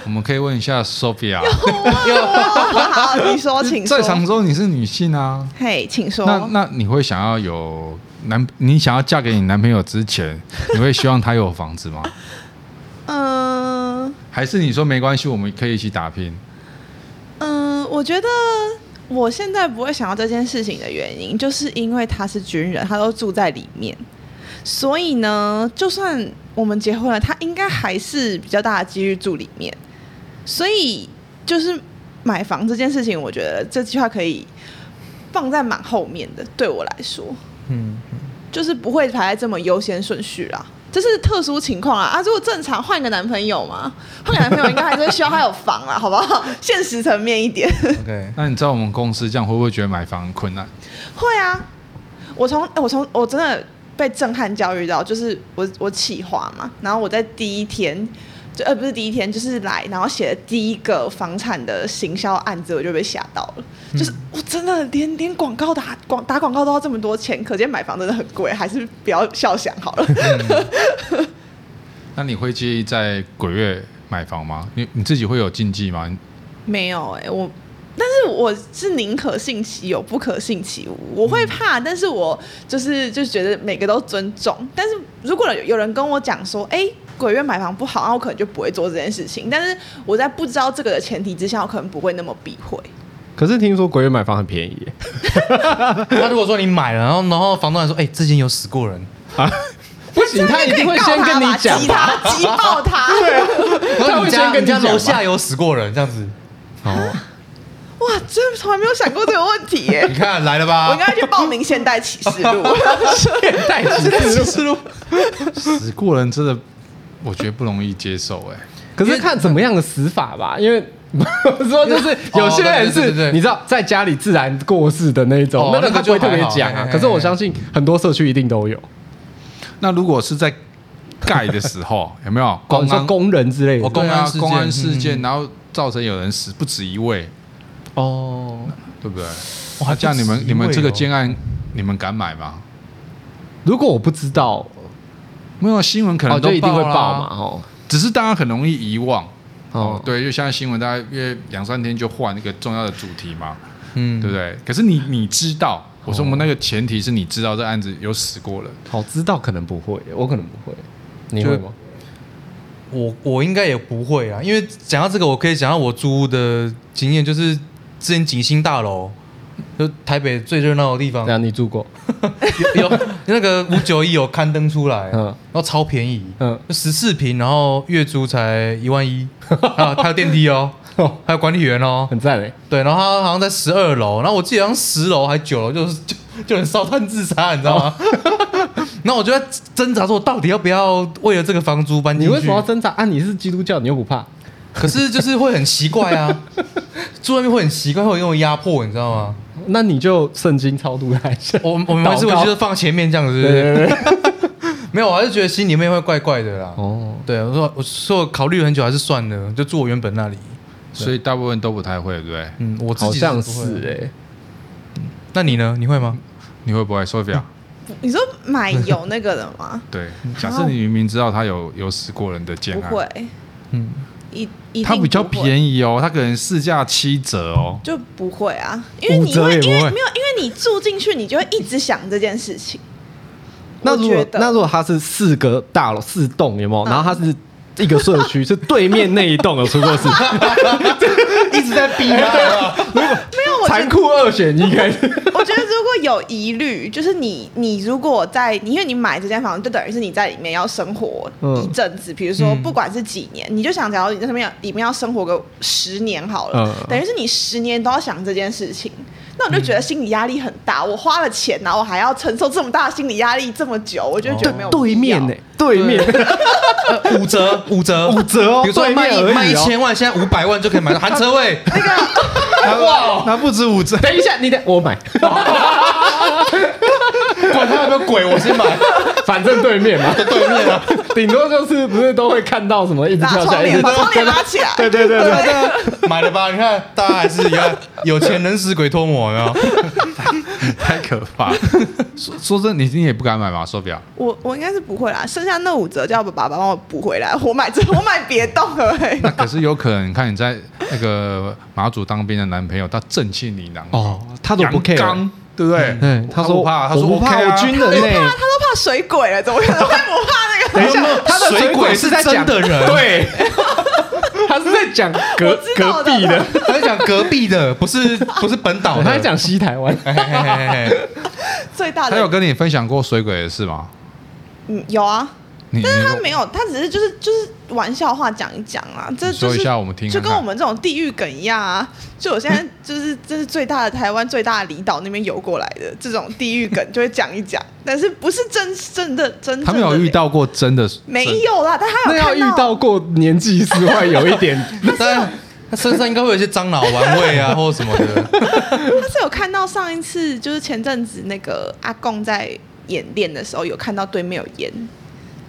[SPEAKER 1] 我们可以问一下 Sophia，
[SPEAKER 4] (laughs) 好，你说，请说
[SPEAKER 1] 在。常州你是女性啊，
[SPEAKER 4] 嘿，请说。
[SPEAKER 1] 那那你会想要有男，你想要嫁给你男朋友之前，你会希望他有房子吗？
[SPEAKER 4] 嗯
[SPEAKER 1] 还是你说没关系，我们可以一起打拼？
[SPEAKER 4] 嗯，我觉得我现在不会想到这件事情的原因，就是因为他是军人，他都住在里面，所以呢，就算我们结婚了，他应该还是比较大的几率住里面，所以就是买房这件事情，我觉得这句话可以放在蛮后面的，对我来说。
[SPEAKER 3] 嗯，
[SPEAKER 4] 就是不会排在这么优先顺序啦。这是特殊情况啊！啊，如果正常换个男朋友嘛，换个男朋友应该还是会希望他有房啊啦，好不好？ (laughs) 现实层面一点，
[SPEAKER 3] OK，
[SPEAKER 1] 那你知道我们公司这样会不会觉得买房很困难？
[SPEAKER 4] 会啊。我从哎我从我真的被震撼教育到，就是我我企划嘛，然后我在第一天就呃不是第一天，就是来然后写的第一个房产的行销案子，我就被吓到了。就是我真的连连广告打广打广告都要这么多钱，可见买房真的很贵，还是不要笑想好了。
[SPEAKER 1] 那你会介意在鬼月买房吗？你你自己会有禁忌吗？
[SPEAKER 4] 没有哎、我但是我是宁可信其有，不可信其无。我会
[SPEAKER 2] 嗯
[SPEAKER 4] 怕，但是我就是就觉得每个都尊重。但是如果有有人跟我讲说，哎、鬼月买房不好，那我可能就不会做这件事情。但是我在不知道这个的前提之下，我可能不会那么避讳。
[SPEAKER 2] 可是听说鬼月买房很便宜耶，
[SPEAKER 3] (laughs) 那如果说你买了，然后然后房东还说，哎，之前有死
[SPEAKER 2] (laughs)
[SPEAKER 3] 过人，
[SPEAKER 2] (laughs) 不行，他一定会先跟你 (laughs) 讲
[SPEAKER 4] 击。他，击爆他！
[SPEAKER 3] 然后
[SPEAKER 2] 会
[SPEAKER 3] 你
[SPEAKER 2] 先
[SPEAKER 3] 家
[SPEAKER 2] 跟
[SPEAKER 3] 你
[SPEAKER 2] 你
[SPEAKER 3] 家
[SPEAKER 2] 讲
[SPEAKER 3] 楼
[SPEAKER 2] 吧
[SPEAKER 3] 下有死过人，这样子，
[SPEAKER 2] 哦，
[SPEAKER 4] 哇，真的从来没有想过这个问题耶、
[SPEAKER 3] 你看来了
[SPEAKER 2] 啊 (laughs)
[SPEAKER 4] 我
[SPEAKER 3] 吧
[SPEAKER 4] 应？该去报名现代启示录。
[SPEAKER 2] 代几次路。
[SPEAKER 1] 死过人真的，我觉得不容易接受哎、
[SPEAKER 2] (laughs) 可是看怎么样的死法吧，因为 (laughs) 我说就是有些人
[SPEAKER 3] 对对对
[SPEAKER 2] 是
[SPEAKER 3] 对
[SPEAKER 2] 你知道在家里自然过世的那一种
[SPEAKER 3] 哦，
[SPEAKER 2] 那个他不会特别讲
[SPEAKER 3] 那个就还
[SPEAKER 2] 啊
[SPEAKER 3] 好。
[SPEAKER 2] 可是我相信很多社区一定都有，
[SPEAKER 1] 那如果是在盖的时候，有没有
[SPEAKER 2] 广
[SPEAKER 1] 公
[SPEAKER 2] 说
[SPEAKER 1] 安
[SPEAKER 2] 工人之类
[SPEAKER 3] 哦
[SPEAKER 2] 的，
[SPEAKER 3] 公
[SPEAKER 1] 对
[SPEAKER 3] 安
[SPEAKER 1] 啊
[SPEAKER 3] 事件
[SPEAKER 1] 公安事件，
[SPEAKER 3] 嗯
[SPEAKER 1] 然后造成有人死不止一位，
[SPEAKER 3] 哦，
[SPEAKER 1] 对不对？
[SPEAKER 3] 哇
[SPEAKER 1] 哇，这样你
[SPEAKER 3] 不
[SPEAKER 1] 们
[SPEAKER 3] 止一位
[SPEAKER 1] 你们这个
[SPEAKER 3] 哦
[SPEAKER 1] 建案，你们敢买吗？
[SPEAKER 2] 如果我不知道，
[SPEAKER 1] 没有啊新闻可能
[SPEAKER 2] 哦
[SPEAKER 1] 都
[SPEAKER 2] 就一定会
[SPEAKER 1] 啦
[SPEAKER 2] 报嘛，，哦
[SPEAKER 1] 只是大家很容易遗忘。哦
[SPEAKER 2] 哦，，
[SPEAKER 1] 对，因为现在新闻大概因为两三天就换一个重要的主题嘛，
[SPEAKER 3] (laughs) 嗯
[SPEAKER 1] 对不对？可是你你知道，我说我们那个前提是你知道这案子有死过人，
[SPEAKER 2] 好知道可能不会，我可能不会，你
[SPEAKER 3] 就
[SPEAKER 2] 会吗？
[SPEAKER 3] 我我应该也不会啊，因为讲到这个，我可以讲到我租屋的经验，就是之前景星大楼，就台北最热闹的地方，
[SPEAKER 2] 那你住过？
[SPEAKER 3] (laughs) 有有那个五九一有刊登出来，
[SPEAKER 2] 嗯
[SPEAKER 3] 然后超便宜，
[SPEAKER 2] 嗯
[SPEAKER 3] 十四平，然后月租才一万一， (laughs) 啊，还有电梯哦，还有管理员哦，
[SPEAKER 2] 很赞嘞，欸
[SPEAKER 3] 对，然后他好像在十二楼，然后我记得好像十楼还九楼，就是就就很烧炭自杀，你知道吗？
[SPEAKER 2] 哦
[SPEAKER 3] (laughs) 然后我就在挣扎，说我到底要不要为了这个房租搬进
[SPEAKER 2] 你
[SPEAKER 3] 去？
[SPEAKER 2] 为什么要挣扎啊？你是基督教，你又不怕？
[SPEAKER 3] 可是就是会很奇怪
[SPEAKER 2] (laughs)
[SPEAKER 3] 啊，住外面会很奇怪，会有那种压迫，你知道吗？
[SPEAKER 2] 那你就圣经超度他一下。
[SPEAKER 3] 我我们每次
[SPEAKER 2] 祷
[SPEAKER 3] 回
[SPEAKER 2] 告
[SPEAKER 3] 去就是放前面这样子，
[SPEAKER 2] 对哦对对对，
[SPEAKER 3] 没有，我还是觉得心里面会怪怪的啦。
[SPEAKER 2] 哦，
[SPEAKER 3] 对，我说我说我考虑很久，还是算了，就住我原本那里。
[SPEAKER 1] 所以大部分都不太会，对不对？
[SPEAKER 3] 嗯，我自
[SPEAKER 2] 好
[SPEAKER 3] 己
[SPEAKER 2] 像
[SPEAKER 3] 不会
[SPEAKER 2] 是哎，
[SPEAKER 3] 那你呢？你会吗？
[SPEAKER 1] 你会不会说表？
[SPEAKER 4] 你说买有那个的
[SPEAKER 2] (laughs)
[SPEAKER 4] 吗？
[SPEAKER 1] 对，假设你明明知道他有有死过人的建
[SPEAKER 4] 不
[SPEAKER 1] 案，
[SPEAKER 4] 会，
[SPEAKER 3] 嗯，
[SPEAKER 4] 一一
[SPEAKER 1] 他比较
[SPEAKER 4] 宜，
[SPEAKER 1] 便宜哦，他可能市价七折
[SPEAKER 4] (laughs)
[SPEAKER 1] 哦。
[SPEAKER 4] 就不会啊，因为你
[SPEAKER 2] 五折
[SPEAKER 4] 会
[SPEAKER 2] 也
[SPEAKER 4] 因
[SPEAKER 2] 不
[SPEAKER 4] 为
[SPEAKER 2] 会
[SPEAKER 4] 没有，因为你住进去，你就会一直想这件事情。
[SPEAKER 2] 那
[SPEAKER 4] 我
[SPEAKER 2] 如
[SPEAKER 4] 觉
[SPEAKER 2] 果
[SPEAKER 4] 得嗯
[SPEAKER 2] 那如果它是四个大楼四栋有没有？然后它是一个社区，是对面那一栋有出 (laughs) 过事，
[SPEAKER 3] 一直在逼他。
[SPEAKER 4] 没有，我觉
[SPEAKER 2] 残
[SPEAKER 4] 得
[SPEAKER 2] 酷二选一开始。
[SPEAKER 4] 我觉得如果有疑虑，就是你你如果在，因为你买这间房，就等于是你在里面要生活
[SPEAKER 2] 嗯
[SPEAKER 4] 一阵子，比如说
[SPEAKER 3] 嗯
[SPEAKER 4] 不管是几年，你就想，假如你在上面里面要生活个十年好了，
[SPEAKER 2] 嗯
[SPEAKER 4] 等于是你十年都要想这件事情。那我就觉得心理压力很大，我花了钱，然后我还要承受这么大的心理压力这么久，我就觉得没有必要
[SPEAKER 2] 对面呢、对面
[SPEAKER 3] 呃五折，五折，
[SPEAKER 2] 五折哦
[SPEAKER 3] 比如说
[SPEAKER 2] 对面
[SPEAKER 3] 卖一
[SPEAKER 2] 而已哦
[SPEAKER 3] 卖一千万，现在五百万就可以 (laughs) 买到含车位。
[SPEAKER 1] 哇，那不止五折，
[SPEAKER 2] 等一下，你等我买，
[SPEAKER 3] 管他有没有鬼，我先买。
[SPEAKER 2] (laughs) 反正对面 (laughs) 嘛，对面
[SPEAKER 3] (laughs)
[SPEAKER 2] 啊，顶多就是不是都会看到什么一直
[SPEAKER 4] 拉
[SPEAKER 2] 跳下
[SPEAKER 4] 窗
[SPEAKER 2] 来，一直
[SPEAKER 4] 帘，把
[SPEAKER 2] 跳
[SPEAKER 4] 窗
[SPEAKER 2] 下
[SPEAKER 4] 帘
[SPEAKER 2] 来
[SPEAKER 4] 拉起来。
[SPEAKER 2] 对对对对，
[SPEAKER 3] 买了吧？你看，大家还是一样，有钱能使鬼推磨，有没有？
[SPEAKER 1] 太可怕了。说说真的，你你也不敢买嘛，说表。
[SPEAKER 4] 我我应该是不会啦，剩下那五折叫爸爸帮我补回来。 (laughs) 我买这，我买别动了、欸。
[SPEAKER 1] 那可是有可能，你看你在那个马祖当兵的男朋友，他正气凛然，
[SPEAKER 2] 哦，他都不 care，
[SPEAKER 1] 阳刚对不对？
[SPEAKER 2] 嗯，他说
[SPEAKER 1] 不怕，他说
[SPEAKER 2] 我不
[SPEAKER 1] OK
[SPEAKER 2] 怕，
[SPEAKER 1] 啊
[SPEAKER 2] 我 (laughs) 军
[SPEAKER 1] (laughs)
[SPEAKER 2] 人欸呢、
[SPEAKER 4] (laughs) 他都怕水鬼了，怎么可能会不怕那个？
[SPEAKER 2] 等一下，他的
[SPEAKER 3] 水鬼是
[SPEAKER 2] 在
[SPEAKER 3] 真
[SPEAKER 2] 讲
[SPEAKER 3] 的人
[SPEAKER 2] 对，他是在讲隔 (laughs)
[SPEAKER 4] 我知
[SPEAKER 2] 隔
[SPEAKER 4] 道的
[SPEAKER 2] 壁的，
[SPEAKER 3] 他在讲隔壁的，
[SPEAKER 2] (laughs)
[SPEAKER 3] 不是不是本岛
[SPEAKER 2] 他
[SPEAKER 3] 的。
[SPEAKER 2] 在讲西台湾。
[SPEAKER 3] 嘿嘿嘿嘿嘿，
[SPEAKER 4] (laughs) 最大
[SPEAKER 1] 他
[SPEAKER 4] 的
[SPEAKER 1] 有跟你分享过水鬼的事吗？
[SPEAKER 4] 嗯有啊，
[SPEAKER 1] 你
[SPEAKER 4] 但是他
[SPEAKER 1] 你
[SPEAKER 4] 没有，他只是就是就是玩笑话讲一讲啊，这
[SPEAKER 1] 你说
[SPEAKER 4] 就是
[SPEAKER 1] 一下我们听看
[SPEAKER 4] 就
[SPEAKER 1] 看
[SPEAKER 4] 跟我们这种地狱梗一样啊。就我现在就是这是最大的台湾最大的离岛那边游过来的这种地狱梗，就会讲一讲，但是不是真真的真正的
[SPEAKER 1] 他没有遇到过真的，
[SPEAKER 4] 没有啦，但
[SPEAKER 2] (laughs)
[SPEAKER 4] 他
[SPEAKER 2] 那
[SPEAKER 4] 有
[SPEAKER 2] 要
[SPEAKER 4] 看啊
[SPEAKER 2] 遇到过年纪是会有一点，
[SPEAKER 3] 但他身上应该会有一些樟脑玩味啊，或者什么的。
[SPEAKER 4] 他是有看到上一次，就是前阵子那个阿贡在演练的时候，有看到对面有烟，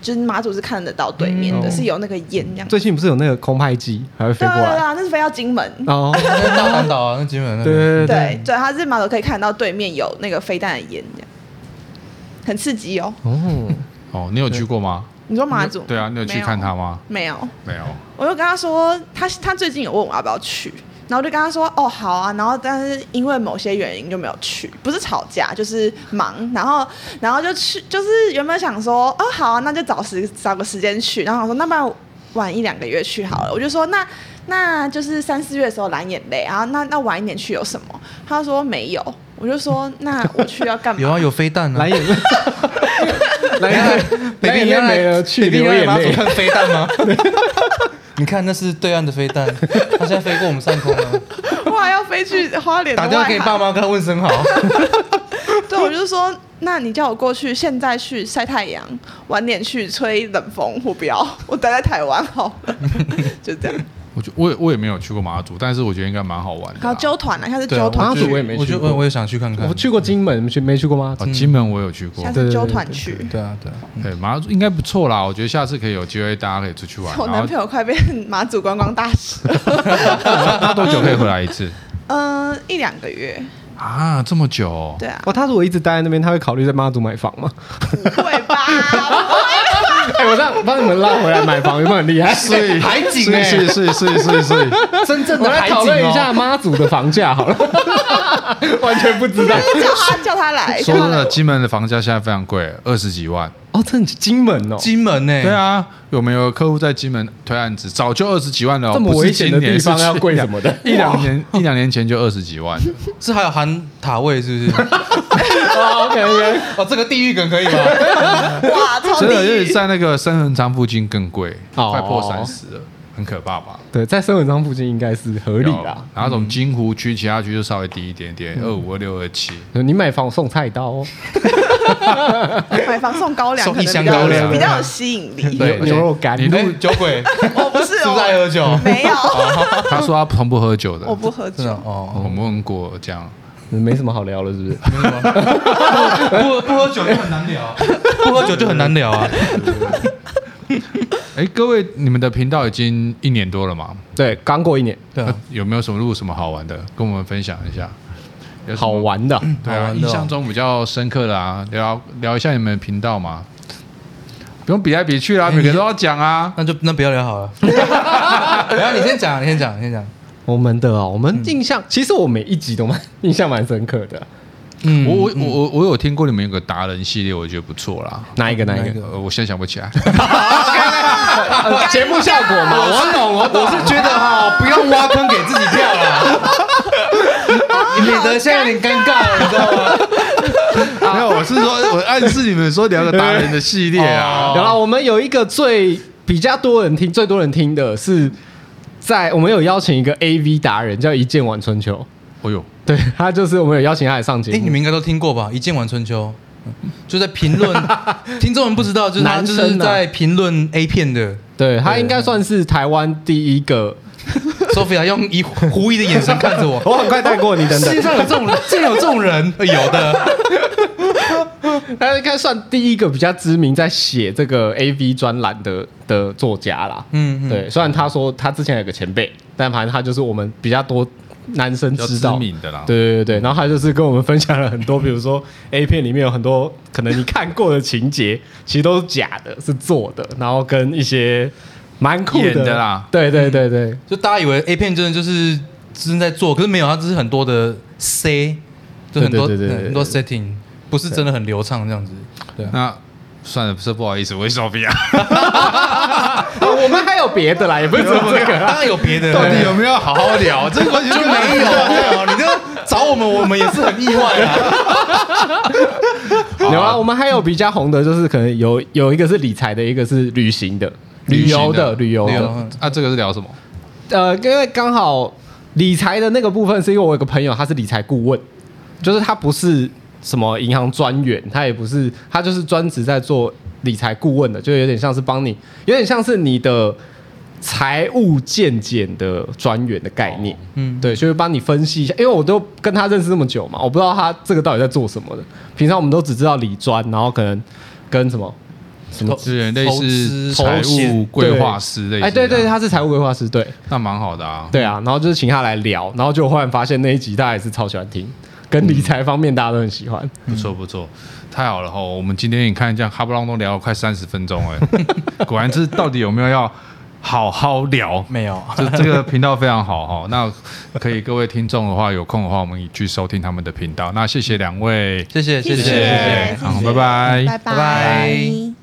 [SPEAKER 4] 就是马祖是看得到对面的，
[SPEAKER 2] 嗯
[SPEAKER 4] 是有那个烟这样。
[SPEAKER 2] 最近不是有那个空拍机还会飞
[SPEAKER 4] 对
[SPEAKER 2] 过
[SPEAKER 4] 对对
[SPEAKER 2] 来
[SPEAKER 4] 啊，那是飞到金门。
[SPEAKER 2] 哦，
[SPEAKER 3] 那大环岛啊，那基本
[SPEAKER 2] (laughs)
[SPEAKER 3] 上
[SPEAKER 2] 对对
[SPEAKER 4] 对
[SPEAKER 2] 对，
[SPEAKER 4] 对，他是马祖可以看到对面有那个飞弹的烟这样，很刺激哦。
[SPEAKER 2] 哦，
[SPEAKER 1] 哦，你有去过吗？
[SPEAKER 4] 你说马祖？
[SPEAKER 1] 对啊，你有去看他吗？
[SPEAKER 4] 没有，
[SPEAKER 1] 没有。
[SPEAKER 4] 我就跟他说，他他最近有问我要不要去，然后我就跟他说，哦，好啊。然后但是因为某些原因就没有去，不是吵架，就是忙。然后然后就去，就是原本想说，哦，好啊，那就找时找个时间去。然后我说，那不然晚一两个月去好了。我就说，那那就是三四月的时候蓝眼泪啊，那那晚一点去有什么？他说没有。我就说，那我去要干嘛？
[SPEAKER 3] 有啊，有飞弹啊
[SPEAKER 2] 蓝。 (laughs) 眼泪， (laughs) 蓝眼泪，蓝
[SPEAKER 3] Baby，
[SPEAKER 2] 眼
[SPEAKER 3] 你要
[SPEAKER 2] 泪
[SPEAKER 3] 来
[SPEAKER 2] 没了，去
[SPEAKER 3] Baby，
[SPEAKER 2] 流
[SPEAKER 3] 你要来
[SPEAKER 2] 眼
[SPEAKER 3] 马祖
[SPEAKER 2] 泪。
[SPEAKER 3] 看飞弹
[SPEAKER 2] (laughs)
[SPEAKER 3] 吗？你看那是对岸的飞弹，它现在飞过我们上空了。
[SPEAKER 4] 我还要飞去花莲的
[SPEAKER 3] (laughs) 打电话
[SPEAKER 4] 外
[SPEAKER 3] 给你
[SPEAKER 4] 海
[SPEAKER 3] 爸妈，跟他问声好。
[SPEAKER 4] 对，我就说，那你叫我过去，现在去晒太阳，晚点去吹冷风，我不要，我待在台湾好了， (laughs) 就这样。
[SPEAKER 1] 我觉我也我也没有去过马祖，但是我觉得应该蛮好玩的啊
[SPEAKER 4] 然后。揪团了，下次
[SPEAKER 3] (laughs) 对啊
[SPEAKER 4] 揪团
[SPEAKER 2] 马祖
[SPEAKER 4] 去，
[SPEAKER 2] 我也没
[SPEAKER 3] 我
[SPEAKER 2] 去
[SPEAKER 3] 就
[SPEAKER 2] 过
[SPEAKER 3] 我也想去看看
[SPEAKER 2] 我。去过金门，没去没去过吗？
[SPEAKER 1] 哦，金门我有去过
[SPEAKER 4] 下，
[SPEAKER 2] 对
[SPEAKER 4] 次
[SPEAKER 2] 对
[SPEAKER 4] 揪
[SPEAKER 2] 对
[SPEAKER 4] 团
[SPEAKER 2] 对
[SPEAKER 4] 去。
[SPEAKER 3] 对啊，对啊。
[SPEAKER 1] 对马祖应该不错啦。我觉得下次可以有机会，大家可以出去玩。
[SPEAKER 4] 我男
[SPEAKER 1] 然
[SPEAKER 4] 朋
[SPEAKER 1] 后
[SPEAKER 4] 友快变马祖观光大使，
[SPEAKER 1] 他多久可以回来一次
[SPEAKER 4] (laughs) 嗯、一两个月，
[SPEAKER 1] 啊？这么久哦？
[SPEAKER 4] 对啊，
[SPEAKER 2] 哦，他如果一直待在那边，他会考虑在妈祖买房吗？
[SPEAKER 4] 不会吧？
[SPEAKER 2] (laughs) 哎，我这样帮你们拉回来买房，有没有很厉害？
[SPEAKER 1] 是
[SPEAKER 3] 海景
[SPEAKER 1] 是
[SPEAKER 3] 欸
[SPEAKER 1] 是是是是是，
[SPEAKER 3] 真正
[SPEAKER 2] 我
[SPEAKER 3] 的
[SPEAKER 2] 来
[SPEAKER 3] 海景
[SPEAKER 2] 讨论一下
[SPEAKER 3] 哦。
[SPEAKER 2] 妈祖的房价好了， (laughs) 完全不知道。
[SPEAKER 4] 叫他叫他
[SPEAKER 1] (laughs)
[SPEAKER 4] 来，
[SPEAKER 1] 说
[SPEAKER 4] 叫他
[SPEAKER 1] 真
[SPEAKER 4] 来
[SPEAKER 1] 的，金门的房价现在非常贵，二十几万。
[SPEAKER 2] 哦，真的金门哦，
[SPEAKER 3] 金门欸呢？
[SPEAKER 1] 对，啊，有没有客户在金门推案子，早就二十几万了哦，
[SPEAKER 2] 这么
[SPEAKER 1] 不是
[SPEAKER 2] 危险的
[SPEAKER 1] 今年
[SPEAKER 2] 地方
[SPEAKER 1] 是去
[SPEAKER 2] 要贵什么的？
[SPEAKER 1] (laughs) 一
[SPEAKER 2] (laughs)
[SPEAKER 1] 两年一两年前就二十几万了，
[SPEAKER 3] 是 (laughs) 还有含塔位是不是？
[SPEAKER 2] ，OK OK，
[SPEAKER 3] 哦，这个地狱梗可以吗？ (laughs)
[SPEAKER 4] 哇，超
[SPEAKER 1] 真的就是
[SPEAKER 4] 地狱！
[SPEAKER 1] 在那个深恒昌附近更贵，
[SPEAKER 2] 哦
[SPEAKER 1] 快破三十了，很可怕吧？
[SPEAKER 2] 对，在深文庄附近应该是合理啦。嗯
[SPEAKER 1] 然后从金湖区其他区就稍微低一点点，二五二六二七。
[SPEAKER 2] 你买房送菜刀、哦，
[SPEAKER 4] 买房送高粱，
[SPEAKER 3] 送
[SPEAKER 4] 可
[SPEAKER 3] 一
[SPEAKER 4] 能
[SPEAKER 3] 箱
[SPEAKER 4] 比较
[SPEAKER 3] 高粱
[SPEAKER 4] 比较有吸引力。
[SPEAKER 1] 对
[SPEAKER 2] 牛牛肉干
[SPEAKER 1] 你如
[SPEAKER 3] 哎酒鬼，
[SPEAKER 4] 我不是
[SPEAKER 3] 是不是爱
[SPEAKER 4] 哦，
[SPEAKER 3] 喝酒？
[SPEAKER 4] 没有，
[SPEAKER 1] 他说他从不喝酒的，
[SPEAKER 2] (laughs)
[SPEAKER 4] 我不喝酒
[SPEAKER 3] 真的。哦，
[SPEAKER 1] 我们问过这样，
[SPEAKER 2] 没什么好聊了，是不是？
[SPEAKER 3] 没什么不不不喝酒就很难聊，啊不喝酒就很难聊啊。
[SPEAKER 1] 哎，各位，你们的频道已经一年多了嘛？
[SPEAKER 2] (laughs) 对，刚过一年，
[SPEAKER 3] 对啊
[SPEAKER 1] 那，有没有什么录什么好玩的，跟我们分享一下？有什么
[SPEAKER 2] 好玩的。
[SPEAKER 1] 对
[SPEAKER 3] 好
[SPEAKER 1] 啊，
[SPEAKER 3] 玩
[SPEAKER 1] 印
[SPEAKER 3] 的哦
[SPEAKER 1] 象中比较深刻的啊，聊聊一下你们的频道嘛，不用比来比去啦，
[SPEAKER 3] 哎
[SPEAKER 1] 每个都要讲啊。
[SPEAKER 3] 那就那不要聊 (laughs) 好了。然后你先讲，你先讲，你先讲。
[SPEAKER 2] 我们的哦，我们印象、其实我每一集都蛮印象蛮深刻的。
[SPEAKER 3] 嗯
[SPEAKER 1] 我我我我我有听过你们有个达人系列，我觉得不错啦。
[SPEAKER 2] 哪一个？哪一
[SPEAKER 3] 哪一
[SPEAKER 2] 个
[SPEAKER 3] 个？
[SPEAKER 1] 呃，我现在想不 (laughs) 起来。
[SPEAKER 2] 呃 (laughs) 节目效果嘛，我懂，我懂。
[SPEAKER 3] 我是觉得哈，不要挖坑给自己跳 (laughs) 了，免得现在有点尴尬，你知道吗？
[SPEAKER 1] 没有，我是说，我暗示你们说聊个达人的系列 (laughs) 啊。
[SPEAKER 2] 然后我们有一个最比较多人听、最多人听的是在我们有邀请一个 AV 达人叫一剑晚春秋，
[SPEAKER 1] 哦呦，
[SPEAKER 2] 对他就是我们有邀请他来上节
[SPEAKER 3] 哎，你
[SPEAKER 2] 目。
[SPEAKER 3] 们应该都听过吧？一剑玩春秋，就在评论，听众们不知道，就是他
[SPEAKER 2] 男
[SPEAKER 3] 就
[SPEAKER 2] 生啊
[SPEAKER 3] 是在评论 A 片的。
[SPEAKER 2] 对他
[SPEAKER 3] 对
[SPEAKER 2] 应该算是台湾第一个。
[SPEAKER 3] Sophia 用疑狐疑的眼神看着
[SPEAKER 2] (laughs)
[SPEAKER 3] 我，
[SPEAKER 2] 我很快带过你，等
[SPEAKER 3] (laughs) 世界
[SPEAKER 2] 等。
[SPEAKER 3] 上有这种人，竟然有这种人，呃有的。
[SPEAKER 2] 他应该算第一个比较知名在写这个 AV 专栏的的作家啦。
[SPEAKER 3] 嗯，嗯，
[SPEAKER 2] 对，虽然他说他之前有个前辈，但反正他就是我们比较多男生
[SPEAKER 1] 比较
[SPEAKER 2] 知
[SPEAKER 1] 知
[SPEAKER 2] 道。
[SPEAKER 1] 名的啦。，
[SPEAKER 2] 对对对，然后他就是跟我们分享了很多，比如说 A 片里面有很多可能你看过的情节， (laughs) 其实都是假的，是做的，然后跟一些蛮酷
[SPEAKER 1] 演的啦嗯
[SPEAKER 2] 对对对对，
[SPEAKER 3] 就大家以为 A 片真的就是真的在做，可是没有，它只是很多的 C，就很多
[SPEAKER 2] 对对对对对
[SPEAKER 3] 很多 setting，不是真的很流畅这样子。对啊，
[SPEAKER 1] 那算了，不是不好意思，我是 Sophia。
[SPEAKER 2] 啊我们还有别的啦，也不是只有这个啦。
[SPEAKER 3] 当然有别的，
[SPEAKER 1] 到底有没有好好聊？这个完全
[SPEAKER 3] 就没有没有，你就找我们，我们也是很意外啊。
[SPEAKER 2] 有啊，我们还有比较红的，就是可能有有一个是理财的，一个是旅行的。旅游的，旅游
[SPEAKER 3] 旅游
[SPEAKER 2] 的，
[SPEAKER 3] 的
[SPEAKER 1] 啊，这个是聊什么？
[SPEAKER 2] 呃，因为刚好理财的那个部分，是因为我有个朋友，他是理财顾问，就是他不是什么银行专员，他也不是，他就是专职在做理财顾问的，就有点像是帮你，有点像是你的财务鉴检的专员的概念。
[SPEAKER 3] 嗯，
[SPEAKER 2] 对，就是帮你分析一下，因为我都跟他认识那么久嘛，我不知道他这个到底在做什么的。平常我们都只知道理专，然后可能跟什么什么
[SPEAKER 3] 投
[SPEAKER 1] 有点类似
[SPEAKER 3] 投
[SPEAKER 1] 财
[SPEAKER 3] 资
[SPEAKER 1] 务规划师类似的。啊
[SPEAKER 2] 哎，对对，他是财务规划师，对
[SPEAKER 1] 那蛮好的啊。
[SPEAKER 2] 对啊。然后就是请他来聊，然后就忽然发现那一集大家也是超喜欢听，跟理财方面大家都很喜欢。
[SPEAKER 1] 不错不错，太好了哈！我们今天你看这样哈不啷都聊了快三十分钟哎、果然是到底有没有要好好聊？
[SPEAKER 3] 没有，
[SPEAKER 1] 这这个频道非常好哈。那可以各位听众的话，有空的话我们去收听他们的频道。那谢谢两位，
[SPEAKER 3] 谢谢谢
[SPEAKER 4] 谢
[SPEAKER 3] 谢
[SPEAKER 4] 谢
[SPEAKER 3] 谢谢。
[SPEAKER 1] 好拜拜
[SPEAKER 4] 拜
[SPEAKER 3] 拜拜
[SPEAKER 4] 拜